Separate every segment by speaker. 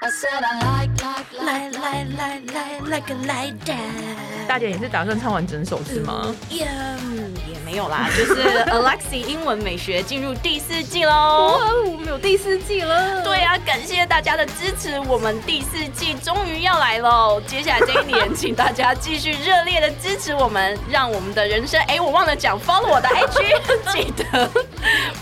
Speaker 1: I said I like, like,
Speaker 2: 来
Speaker 1: like,
Speaker 2: 来来来来个来的，
Speaker 3: 大姐，你是打算唱完整首是吗？
Speaker 2: 嗯
Speaker 4: 也没有 啦，就是 Alexi 英文美学进入第四季喽。
Speaker 3: 我们有第四季了。
Speaker 4: 对啊，感谢大家的支持，我们第四季终于要来喽！接下来这一年，请大家继续热烈的支持我们，让我们的人生……哎，我忘了讲，follow 我 的 IG，记得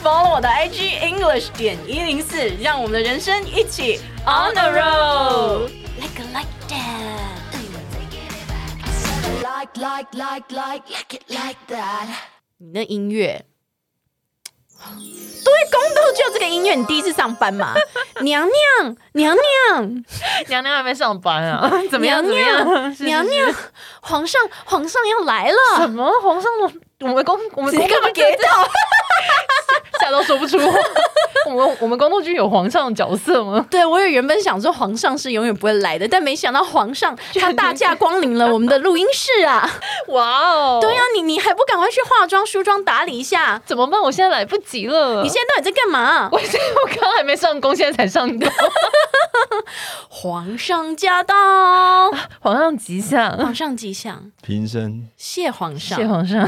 Speaker 4: follow 我的 IG English 点一零四，让我们的人生一起 on the road。
Speaker 2: ，like a like that。
Speaker 1: I said I like, like, like, like, like it like that.
Speaker 4: 你那音乐，对，宫斗剧有这个音乐，你第一次上 班嘛？娘娘，娘娘，
Speaker 3: 娘娘还没上班啊？怎么样？怎么
Speaker 4: 娘
Speaker 3: 样？是
Speaker 4: 娘，娘，皇上，皇上要来了。
Speaker 3: 什么？皇上，我们宫，我们
Speaker 4: 你
Speaker 3: 宫
Speaker 4: 干嘛
Speaker 3: 斗
Speaker 4: 给到？
Speaker 3: 吓都说不出话。 我们我们宫斗剧有皇上的角色吗？
Speaker 4: 对我也原本想说皇上是永远不会来的，但没想到 皇上他大驾光临了我们的录音室啊！
Speaker 3: 哇哦！
Speaker 4: 对啊，你你还不赶快去化妆、梳妆、打理一下？
Speaker 3: 怎么办？我现在来不及了。
Speaker 4: 你现在到底在干嘛？
Speaker 3: 我现在我刚刚还没上工，现在才上工。
Speaker 4: 皇上驾到！
Speaker 3: 皇上吉祥，
Speaker 4: 皇上吉祥，
Speaker 5: 平生
Speaker 4: 谢皇上。
Speaker 3: 谢皇 上。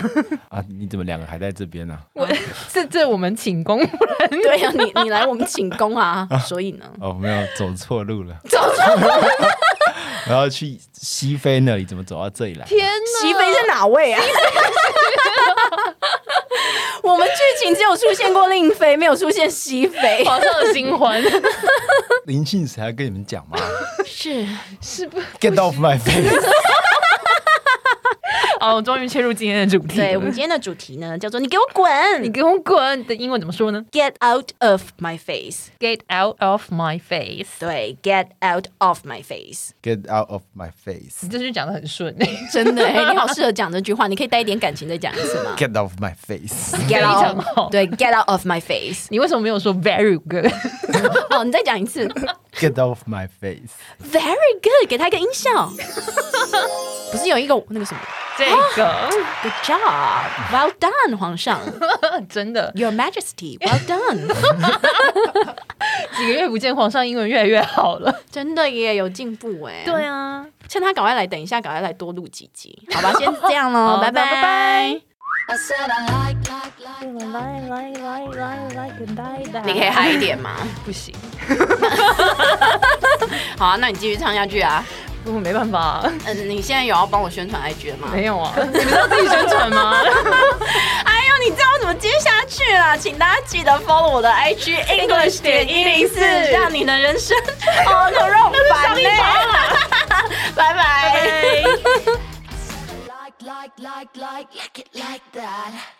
Speaker 5: 啊，你怎么两个还在这边啊 呢、
Speaker 3: 我这这我们请功，不然
Speaker 4: 对呀、你你来我们寝宫啊！所以呢，
Speaker 5: 哦，没有， 走错路了，
Speaker 4: 走
Speaker 5: 然后去西非那里，怎么走到这里来？
Speaker 3: 天哪！
Speaker 4: 熹妃是哪位啊？ 我们剧情只有出现过令妃，没有出现熹 妃。
Speaker 3: 皇上的新欢
Speaker 5: 林信使还跟你们讲 吗
Speaker 4: 是
Speaker 3: 是不？
Speaker 5: ？Get off my face！
Speaker 3: 哦，我终于切入今天的主题了。
Speaker 4: 对，我们今天的主题呢叫做“你给我滚
Speaker 3: 你给我滚的英文怎么说呢
Speaker 4: ”，Get out of my face。
Speaker 3: ？Get out of my face。
Speaker 4: 对，Get out of my face。
Speaker 5: Get out of my face.
Speaker 3: 你这句讲的很顺，
Speaker 4: 真 的、欸，你好适合讲这句话，你可以带一点感情再讲一 次吗
Speaker 5: Get off my face.
Speaker 3: 非
Speaker 4: Get
Speaker 3: 常好
Speaker 4: out，对，Get out of my face。
Speaker 3: 你为什么没有说 very good？
Speaker 4: 好，哦你再讲一次
Speaker 5: Get off my face.
Speaker 4: ，Very good，给他一个音效。 不是有一个那个什么
Speaker 3: 这个
Speaker 4: ，Good job，Well done，皇上
Speaker 3: 真的
Speaker 4: ，Your Majesty，Well done。
Speaker 3: 几个月不见，皇上英文越来越好了。
Speaker 4: 真的耶，有进步哎。
Speaker 3: 啊，
Speaker 4: 趁他赶快来，等一下赶快来多录几集， 好吧？先这样喽，
Speaker 3: 好
Speaker 4: 拜拜
Speaker 3: 拜拜。
Speaker 1: I said I like, like, like, like.
Speaker 2: 来来来来来个来的。
Speaker 4: 你可以嗨一点吗？
Speaker 3: 不行，
Speaker 4: 好啊，那你继续唱下去啊。
Speaker 3: 我没办法、啊
Speaker 4: 嗯，你现在有要帮我宣传 IG 了吗？
Speaker 3: 没有啊， 你们要自己宣传 吗？
Speaker 4: 哎呦，你知道我怎么接下去啊？请大家记得 follow 我的 IG English 点一零四，让你的人生 哦 on the road 版呢。啊拜拜。
Speaker 1: I said I like, like, like, like, like it like that.